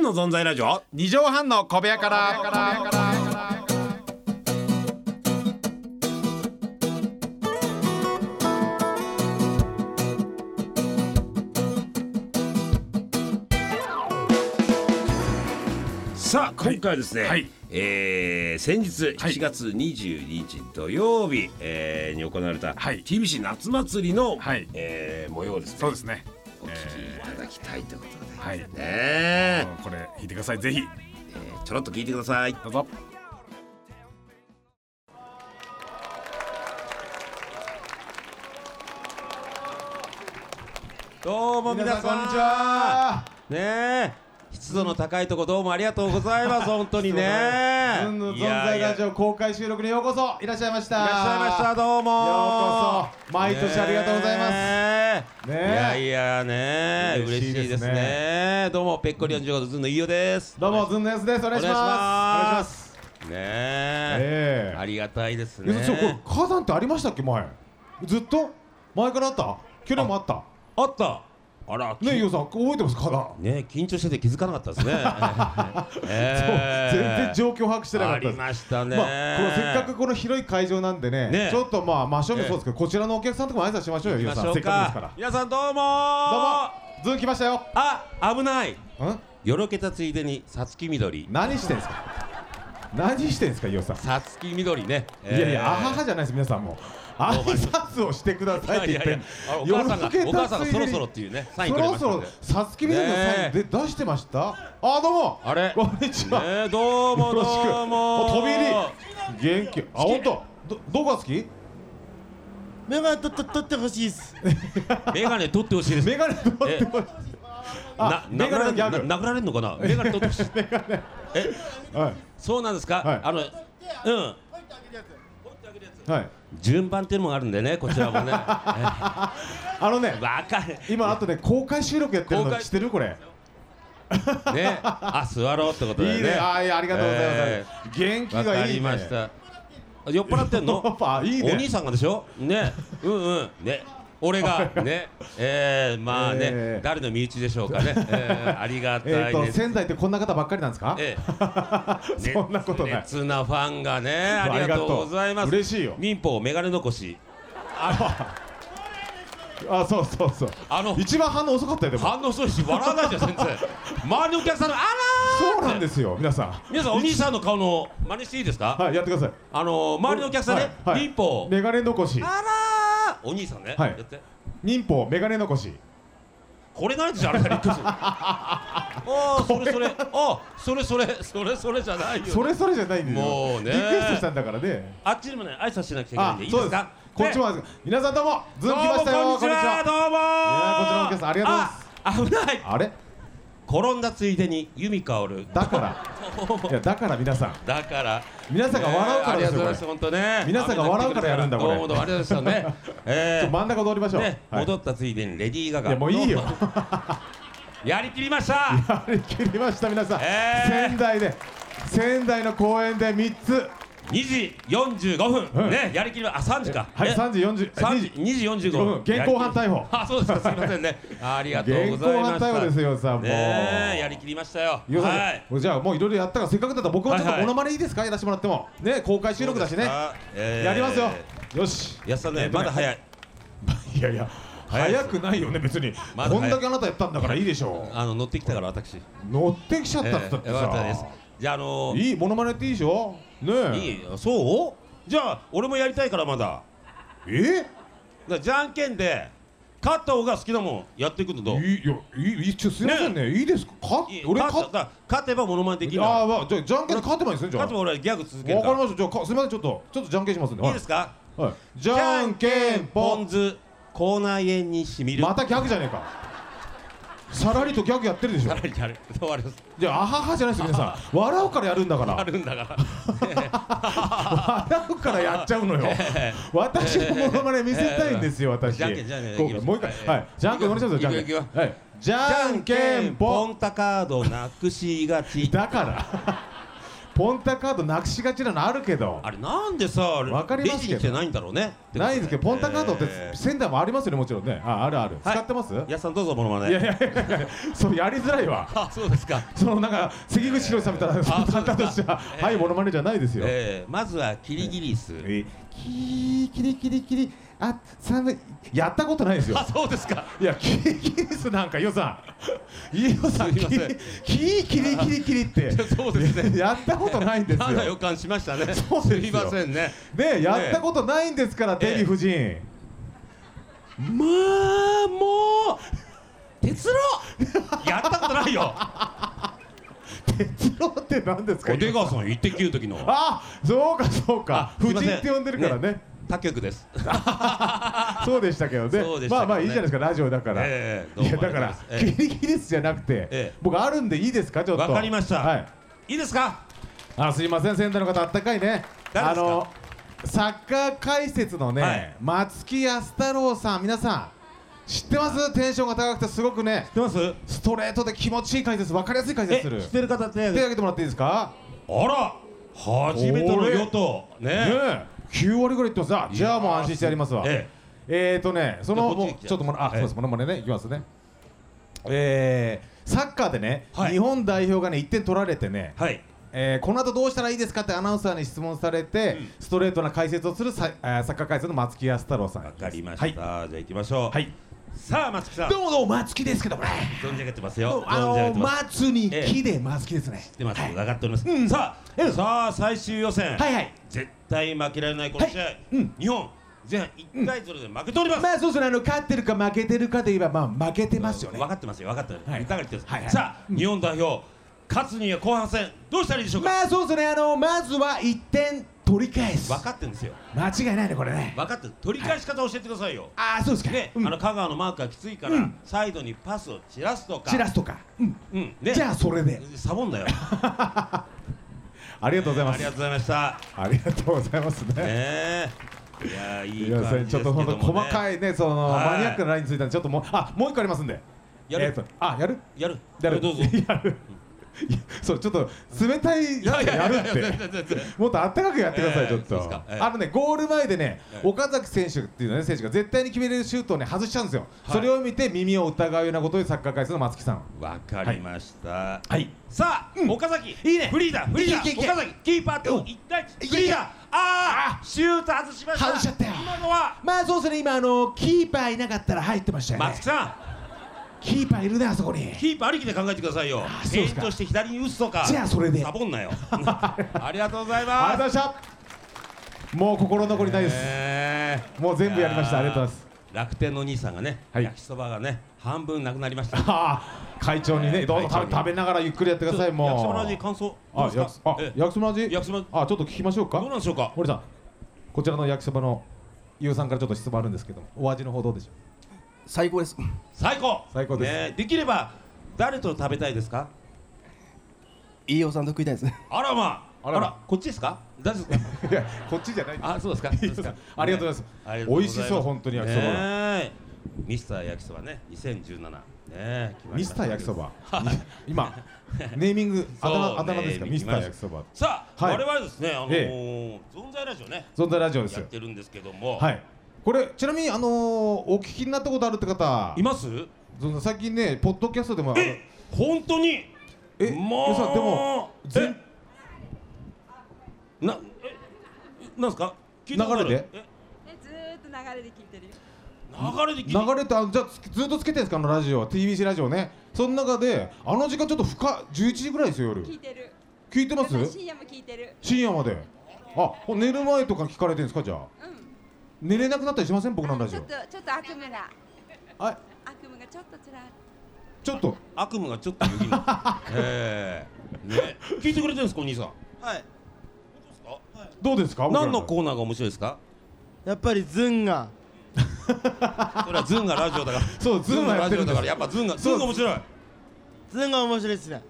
の存在ラジオ二畳半の小部屋から。さあ今回はですね、はいえー先日7月22日土曜日、えーに行われたはい TBC 夏祭りの、はいえー模様をですねそうですね。お聞きいただきたいということで、はい。もうねえこれ聞いてください。ぜひえーちょろっと聞いてくださいどうぞ。どうも皆さ皆んさんこんにちはねえ湿度の高いとこどうもありがとうございます本当にねいずんの存や在いやラジオ公開収録にようこそいらっしゃいましたいらっしゃいましたどうもようこそ毎年ありがとうございますますねいえやいやねえ嬉嬉ししいいでですすねねどうもペッコリ45度ずんの飯尾ですどうもずんのやすですお願いしますお願いしますすねええありがたいですえいねやちょこれ火山ってありましたっけ前ずっと前からあった去年もあったあったあらきねえ伊代さん覚えてます火山ねえ緊張してて気づかなかった ですねそう全然状況把握してなかっあたでりすましたねまあ、このせっかくこの広い会場なんでねねちょっとまあ真正面そうですけど、こちらのお客さんとかも挨拶しましょうよ、ゆ行きうまさしん、ょせうっかかくです皆さんどうもから。どうも、ズン来ましたよ。あ危ないんよろけたついでにさつきみどり何してんすか何してんすか、ゆうさん。さつきみどりねいやいや、あはははじゃないです、皆さんも。挨拶をしてくださいって言って。お母さんが夜更けお母さん脱衣がそろそろっていうねサインそくれまろしたそんろで、さつきみどりのサインで出してましたあ、どうもあれこんにちは。ねどうもよろしくどうもお飛び入り元気。あ、ほんとど、どこが好き目がとと取ってほしいです。メガネ取ってほしいですメガネと思ってます。あな、メガネのギャなグ。な殴られるのかなメガネ取ってほ しいえはい。そうなんですはかいあのうんはい。順番っていうのもあるんでねこちらもねあのね、わかる今あとね、公開収録やってる公の開知ってるこれ。ねあ座ろうってことだよいいね。あいやありがとうございえます。元気わかがいりいましね。 た。あ酔っ払ってんのあいいねお兄さんがでしょね。うんうん。ね。俺がね。えー、まあね、えー誰の身内でしょうかね。えー、ありがたえっいとです。仙台ってこんな方ばっかりなんですか？え そんなことない。熱なファンがね、 ありがとうございます。嬉しいよ民法メガネ残し。あ、 そうそうそう。あの、一番反応遅かったよでも。反応するし、笑わないじゃん、 全然。周りのお客さんの、あらそうなんですよ皆さー皆さん、お兄さんの顔の真似していいですか、ん。はいやってください。あのー、周りのお客さんね、はいはい民法、メガネ残し、あらーお兄さんね、はいやって。忍法メガネ残し。これないでしょあれびっくり するああそれそれあそれそれそれそれじゃないよそれそれじゃないんですよ。もうリねクエストしたんだからね。あっちにもね挨拶しなきゃいけないんあで、いいでそうすですか。こっちもです皆さんどうもズどンうも来ましたよ。こんにちはどこんにちは。うもこちらのお客さんありがとうございますあ危ないあれ転んだついでに弓香るだからいやだから皆さんだから皆さんが笑うからですよねありがとうこございまれ。す本当ね皆さんが笑うからやるんだこれどうもどうもありがとうございまし たねえちょー真ん中通りましょう。ねはい 戻ったついでにレディー・ガいガやもういいよ。 やりきりました張り切りました皆さん、えー仙台で仙台の公園で3つ2時45分、うんねやりきりまあ3時かはいね3時40三2時時二時四十45五分分現行犯逮捕あそうですかすみませ んねありがとうご現ざい行ま犯した逮捕ですよさんもうねえやりきりましたよよさんはいじゃあもういろいろやったからせっかくだったら僕もちょっはといはいモノマネいいですかやらせてもらってもね公開収録だしねやりますよよし安さんえねっとまだ早い いやいや早いです早くないよね別にまだこ早いんだけあなたやったんだからいいでしょ あの乗ってきたから私乗ってきちゃっえたっつったってえよかったですさじゃああのいいモノマネっていいでしょねえいいそうじゃあ俺もやりたいからまだだかえらじゃんけんで勝った方が好きなもんやっていくのどういいよいいいいちょすいませんねいいですかかいい俺勝勝っった勝てばモノマネできるあかあ、まあ、じゃあ、じゃんけんで勝てばいいんですね、じらゃあ。勝てばわ俺はギャグ続けるかからりました、じゃあ、かすみません、ちょっと、ちょっとじゃんけんしますんで。いいですかはい。はいじゃんけんぽポンん。酢口内炎にしみるまたギャグじゃねえか。さらりとギャグやってるでしょさら。にやる終わりますじゃあ、あははじゃないです、皆さん。笑うからやるんだかあら。るんだから笑うからやっちゃう のよ。私のモノマネ見せたいんですよ、私。じゃんけんじゃんけんこうもう一回。はいはい。じゃんけん、お願いしますよ、じゃんいくよいけくん。はい。じゃんけんぽん。ンタカードなくしがちだから。 ポンタカードなくしがちなのあるけど。あれなんでさわかりレますジけどに来てないんだろうねとないんですけどポンタカードってえー仙台もありますよねもちろんねああるある、はい使ってますいやっさんどうぞモノマネやいやいやいやそうやりづらいわあそうですかそのなんか関口宏さんみたいなあ簡単としては、えーはいモノマネじゃないですよ、えーまずはキリギリスえー、キリキリキリあ寒いやったことないですよあそうですかいやキリキリスなんかよさんいいよさんすいキませリんキリキリキリキリっ ていやそうですねやったことないんですなんだ予よ感しましたねそうですよいませんねねやったことないんですからデヴィ夫人まあもう 哲郎やったことないよ哲郎って何ですかお出川さん行ってきゅう時のあそうかそうかあす夫いませ人って呼んでるからね他局ですそうでしたけどねそうでしたけどねまあまあいいじゃないですかラジオだから、ええどういもやだかありらがとう、ございキますえリギリスじゃなくて、ええ僕あるんでいいですかちょっとわかりましたはい、えいいですかあすいません仙台の方あったかいね誰あですかのサッカー解説のね、はい松木安太郎さん皆さん知ってますテンションが高くてすごくね知ってますストレートで気持ちいい解説分かりやすい解え説する知ってる方手挙手げて挙げてもらっていいですかあら初めての与党ねね9割ぐらいいってますあじゃあもう安心してやりますわええーとね、そじゃのあこっちもに来うてちょっともらあ、えそえうです、ものまねね、いきますね。えー、サッカーでね、はい日本代表がね、1点取られてね、えはいえー、この後どうしたらいいですかってアナウンサーに質問されて、ストレートな解説をするサあーサッカー解説の松木安太郎さん。わかりました、はい。じゃあ行きましょう、はいさあ松木さんどうもどうも松木ですけどもね。存じ上げてますよあ存じ上のげー、てます、松に木で松木ですね。知ってます、はい分かっております、んさあ、うんさあ最終予選、はいはい。絶対負けられないこの試合、うん日本前半1対0で負けております、まあそうですね、あの勝ってるか負けてるかで言えばまあ負けてますよね分。かってますよ分かってる、はいい、かがです、はいはいさあ、日本代表勝つには後半戦どうしたらいいでしょうか、まあそうですね、あのー、まずは1点取り返す。分かってるんですよ間違いないねこれね。分かってる取り返し方教えてくださいよ、ああそうですか。ね、うんあの香川のマークがきついから、うんサイドにパスを散らすとか散らすとか。うん。うんねじゃあそれで。サボん だよありがとうございありがとうございましたありがとうございますね。ねえいやーいい皆さ感じでんちすけょっどとも、ね、本当細かいねそのはいマニアックなラインについてはちょっともうあもう一個ありますんで。やるえーとあやるやるやるどうぞ やる。いやそうちょっと冷たいいやなんいかややるいやいやっ全て。然全然もっとあったかくやってください、えーちょっと、そうですかえーあのねゴール前でね、えー岡崎選手っていうね選手が絶対に決めれるシュートをね外しちゃうんですよ、はいそれを見て耳を疑うようなことでサッカー解説の松木さん わかりました、はいさあ、岡崎いいねフリーだフリーだいけいけいけ岡崎キーパーうとん一対いけい一けフリーだああーシュート外しました外しちゃったよ今のはまあそうですね今あのキーパーいなかったら入ってましたよね松木さんキーパーいるねあそこにキーパーありきで考えてくださいよあそうペでイすンかトして左に打つとかじゃあそれでサボん なよありがとうございありまがとうございましたもう心残りないですすえーもう全部やりましたありがとうございます楽天のお兄さんがね、はい焼きそばがね半分なくなりましたああ会長にねどうぞ食会長べに食べながらゆっくりやってくださいもう焼きそばの味感想どうあです焼かきそあええ焼きそばの味焼きそばあちょっと聞きましょうどうなかんでしょうか森さんこちらの焼きそばのゆうさんからちょっと質問あるんですけどお味の方どうでしょう最高です最高最高ですねえできれば誰と食べたいですか飯尾さんと食いたいですねあらまあああららまこっちですか大丈夫 ですかいやこっちじゃないあそうですかそうですかありがとうございますありがとうございます美味しそう本当に焼きそばねえミスター焼きそばね2017ねえ決まりまミしたスター焼きそば今ネーミングあだ名あだ名ですか そうねミスター焼きそばさあ、はい我々ですねあのーえ存在ラジオね存在ラジオですやっよてるんですけども、はいこれちなみにあのーお聞きになったことあるって方いますその最近ねポッドキャストでもあのえ本当にえもうよさんでも全えなえなんですか聞いたことある流れでええずーっと流れで聞いてるよ流れで聞いて流れてあじゃあつずっとつけてるんですかあのラジオ TBC ラジオねその中であの時間ちょっと深11時ぐらいですよ夜聞いてる聞いてます深夜も聞いてる深夜まであほ寝る前とか聞かれてるんですかじゃあうん寝れなくなったりしません僕らのラジちょオっとちょっと悪夢があ悪夢がちょっとつらいちょっと悪夢がちょっとよ ぎるええね聞いてくれてるんですかお兄さんはい本当ですかどうですか僕ら何のコーナーが面白いですかやっぱりズンがそれはズンがラジオだからそうズンがやラってジるオんでだすからやっぱズンがズンが面白いズンが面白いですね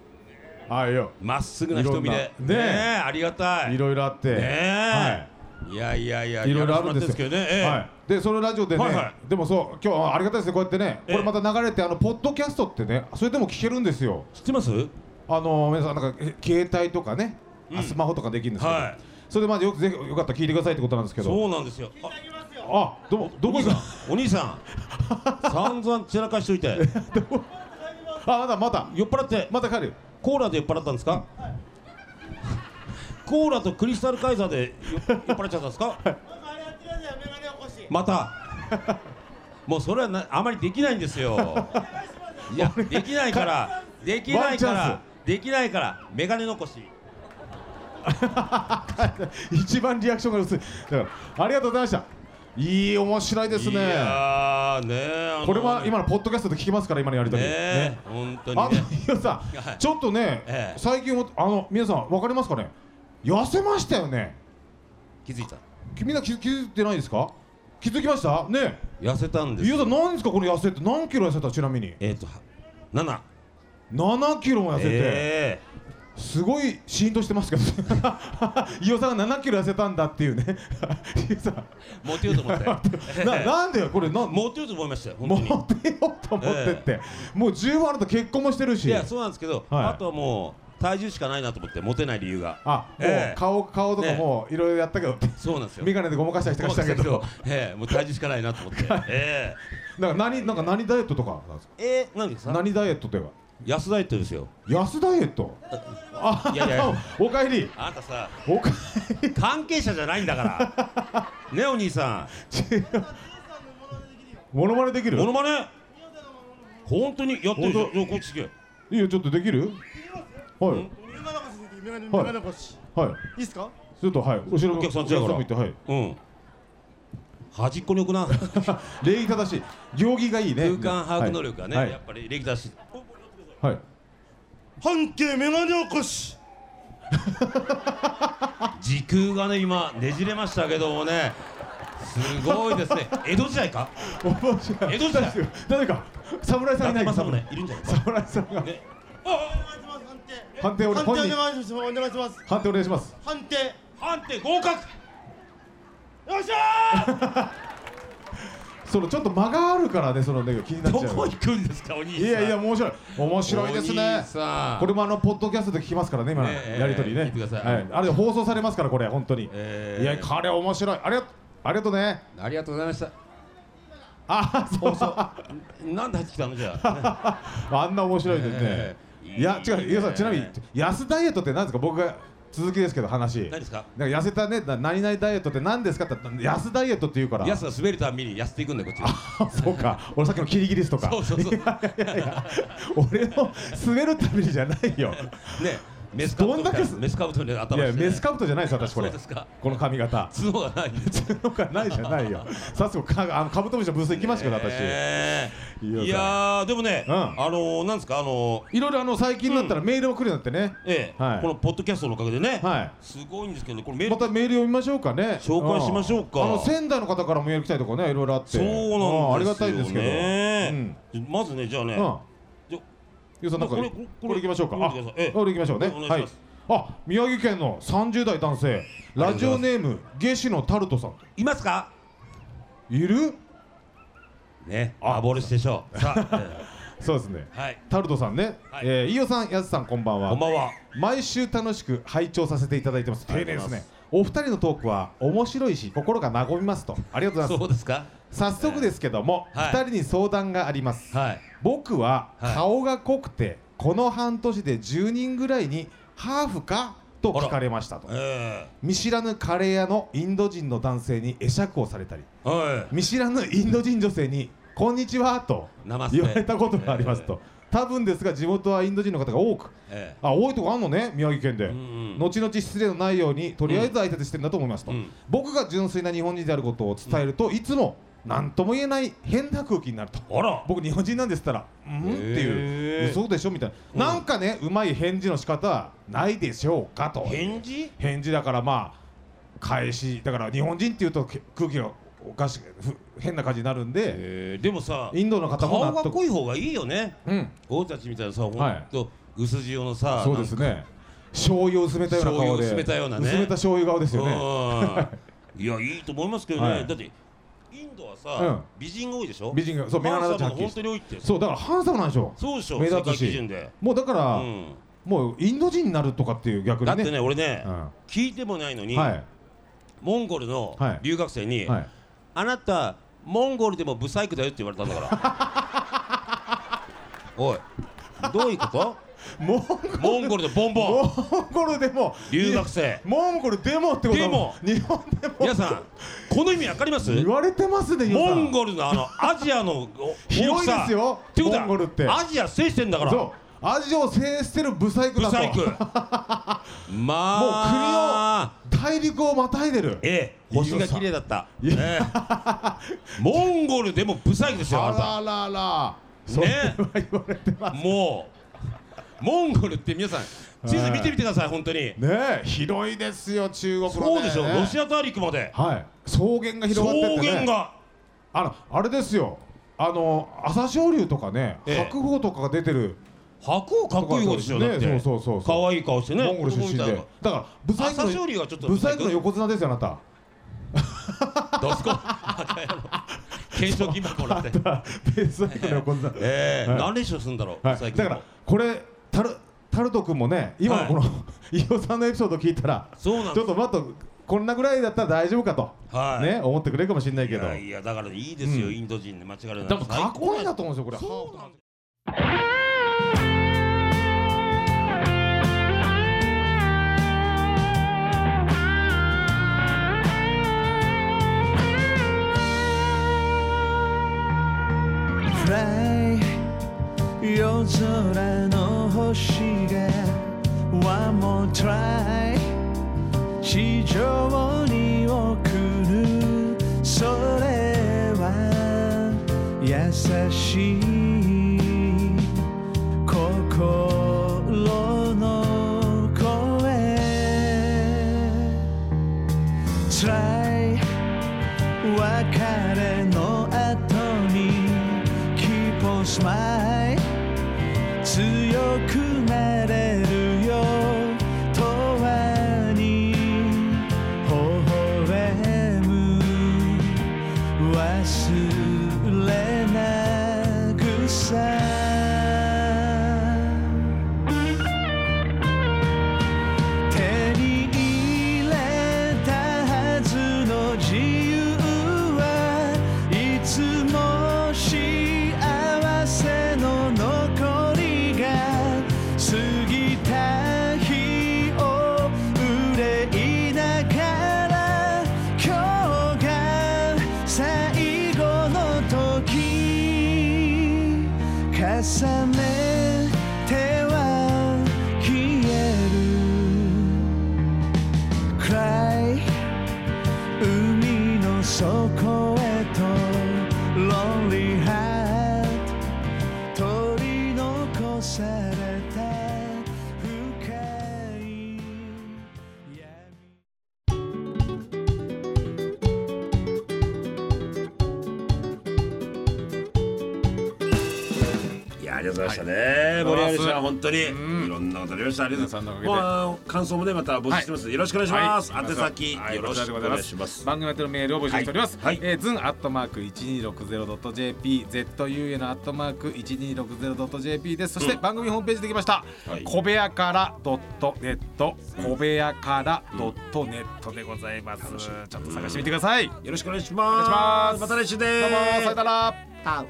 あいいよまっすぐない瞳でろんなねええありがたいいろいろあってねはいえ、いやいやいやいろいろあるんですよやらせてもらってるんですけどね、ええはい、でそのラジオでね、はいはでもそう今日はありがたいですねこうやってねこえれえまた流れてあのポッドキャストってねそれでも聞けるんですよ知ってますあの皆さんなんかえ携帯とかね、あうんスマホとかできるんですけど、はいそれでまあよくぜひよかったら聞いてくださいってことなんですけどそうなんですよああどうもどこ行くのお 兄さん散々散らかしといてあまだまだ酔っ払ってまた帰るよ コーラで酔っ払ったんですか、コーラとクリスタルカイザーで酔酔っ払っちゃったんですかあれやってくださいメガネ起こしまたもうそれはなあまりできないんですよいやできないからできないかワンチャンらできないからメガネ残し一番リアクションが薄いだからありがとうございましたいい面白いですいねやーねーあのこれは今のポッドキャストで聞きますから今のやりとねりえ本当あにとね皆さはいんちょっとね、ええ最近もあの皆さんわかりますかね痩せましたよね気づいたきみんな気づ気づいてないですか気づきましたね痩せたんですゆうさん何ですかこの痩せって何キロ痩せたちなみにえっとは7 7キロも痩せて、えすごいシーンとしてますけど伊代さんが7キロ痩せたんだっていうね伊代さんえモテようと 思ってななんでよこれなモテようと思いましたよ本当モにテようと思ってって、もう十分あると結婚もしてるしいやそうなんですけど、はいあとはもう体重しかないなと思ってモテない理由があ、えもえう顔顔とかもいろいろやったけど、そうなんですよ眼鏡でごまかしたりとかしたけそうどなんですけどええもう体重しかないなと思ってえなんか何なんか何ダイエットとかなんですかえええなんですか何ダイエットといえば安ダイエットですよ安ダイエットあいやいやおかえりあなたさおか関係者じゃないんだから ねお兄さえりモノマネできんるモノマネ本当にやってるでしょ本当いやこっち来ていいよちょっとできるはいメガネ起こしの時メガネはいメガネ起こしはいいいっすかちょっとはい後ろのお客さん違うからお向いてはいうん端っこに置くな礼儀正しい行儀がいいね空間把握能力がね、はいやっぱり歴だしはいはい半径メガネ起こし時空がね今ねじれましたけどもねすごいですね江戸時代か面白い江戸時代誰か侍さんいないか伊達政宗いるんじゃない侍さんがね判定お判定お本人願いしますお願いします判定お願いします判定判定合格よっし ゃーそのちょっと間があるからねそのね気になっどちゃうこ行くんですかお兄さいんやいや面白い面白いですおね兄さんこれもあのポッドキャストで聞きますからね今のねえやりとり聞いねてくださいはいあれ放送されますからこれ本当にえーいや彼面白いありがありがとうねありがとうございましたあそうそうなんで入ってきたのじゃあ、あんな面白いですねえーいや違ういいねゆうさんちなみに安ダイエットって何ですか僕が続きですけど話何ですかなんか痩せたねな何々ダイエットって何ですかって言ったら安ダイエットって言うからやすが滑るたんびに痩せていくんだよこっちがそうか俺さっきのキリギリスとかそうそうそうねいやいや俺の滑るためにじゃない よメスカブトみたい どんだけなすメスカブトに頭いやしてねメスカブトじゃないです私これそうですかこの髪型角がないんですそんなことないじゃない よ早速かあのカブトムシのブース行きましたけど私、えいいよーいやーでもね、うんあのー、なんですかあのーいろいろあの最近だったらメールも来るようになってね、ええはいこのポッドキャストのおかげでね、はいすごいんですけどねこれメールまたメール読みましょうかね紹介しましょうかんあの仙台の方からもやりたいとかねいろいろあってそうなんですよ、ねう、ありがたいですけどまずねじゃあね、うんじゆゃうさんなんかこれここれ行れきましょうかこれあ行ってくださいええこれ行きましょうねお願いしますはいあ宮城県の30代男性ラジオネーム夏至のタルトさんいますかいるねあボルシでしょうさあ、そうですねえーはいタルトさんね、はいえー、飯尾さん、やすさん、こんばんは。こんばんは毎週楽しく拝聴させていただいてます。丁寧ですね。お二人のトークは面白いし、心が和みますと。ありがとうございそまうですかす。早速ですけども、二、はい人に相談があります。はい僕ははい顔が濃くて、この半年で10人ぐらいにハーフかと聞かれましたと。え見知らぬカレー屋のインド人の男性に会釈をされたり、えは見知らぬインド人女性に「こんにちは」とナマステ言われたことがありますと、多分ですが地元はインド人の方が多くいえあ多いとこあんのね宮城県で、えうんうん後々失礼のないようにとりあえず挨拶してるんだと思いますと、うん僕が純粋な日本人であることを伝えると、いつも何とも言えない変な空気になるとあら僕日本人なんですったら「うん?」っていへうー嘘でしょみたいな、なんかねうまい返事の仕方はないでしょうかと返事返事だからまあ返しだから日本人っていうとけ空気がおかしくふ変な感じになるんでえー、でもさインドの方も顔納が得濃い方がいいよねうん俺たちみたいなさほんはいと薄塩のさそうですね醤油を薄めたような顔で醤油を薄めたようなね薄めた醤油顔ですよねうんいやいいと思いますけどね、はいだってインドはさ、うん美人が多いでしょ美人がそう目がハン立ちはサっムがきり本して当に多いってそうだからハンサムなんでしょそうでしょ目立つし世界基準で、もうだから、うんもうインド人になるとかっていう逆だにってねね俺ね、うん聞いてもないのに、はいモンゴルのはい留学生に、はいあなたモンゴルでもブサイクだよって言われたんだから おいどういうことモンモンゴルでボンボンモンゴルでも留学生モンゴルでもってことだん日本でも皆さんこの意味わかります言われてますねモンルゴルのあのアジアのお広いですよ大きさってことはモンゴルってアジア制してんだからそうアジアを制してるブサイクブだとサイクまあ大陸をまたいでるええいいよ星が綺麗だった、いや ええモンゴルでもブサイクですよあなたあらららねえは言われてますもうモンゴルって皆さん地図見てみてください本当にねえ広いですよ中国の、ね、そうでしょロシア大陸まではい草原が広草がってって、ね、原があらあれですよあの朝青龍とかね、ええ白鵬とかが出てる白鵬かっこいい方でしょねだってそうそうそうそう可愛い顔してねモンゴル出身で、だからブサイク朝青の龍はちょっとブサイクの横綱ですよあなたどすこバカ野郎懸賞金箱だってブサイクの横綱ええはい何連勝するんだろうは最い、近だからこれタルタルト君もね今のこの、 飯尾さんのエピソード聞いたらそうなんちでょっと待っとこんなぐらいだったら大丈夫かと、すはいね思ってくれるかもしれないいけどやいやだからいいですよ、うんインド人で間違いない多分かっこいいなと思うんですよこれそうなんだ夜空の星が One more try 地上に送るそれは優しい心の声 Try 別れの後に Keep on smile 強くなれるよ永遠に微笑む忘れなくさ手に入れたはずの自由はいつも幸せの残りが過ぎた日を憂いながら今日が最後の時重ねては消える Cry 海の底へと Lonely Heart 取り残された深い闇いやありがとうございましたね、盛り上がりました本当に、いろんなことありましたありがとうございます皆さんのまあ感想もねまた募集してます、よろしくお願いします、宛先、はいよろしくおこちらでご願いしまざいます番組宛てのメールを募集しております。はいはいえー、ズンアットマーク一二六ゼロドット jp、z u n アットマーク一二六ゼロドット jp です。そして番組ホームページできました。はい小部屋からドットネット、小部屋からドットネットでございます。ちょっと探してみてください。どうもよろしくお願いしますお願いしますまた来週ですさよなら。タウ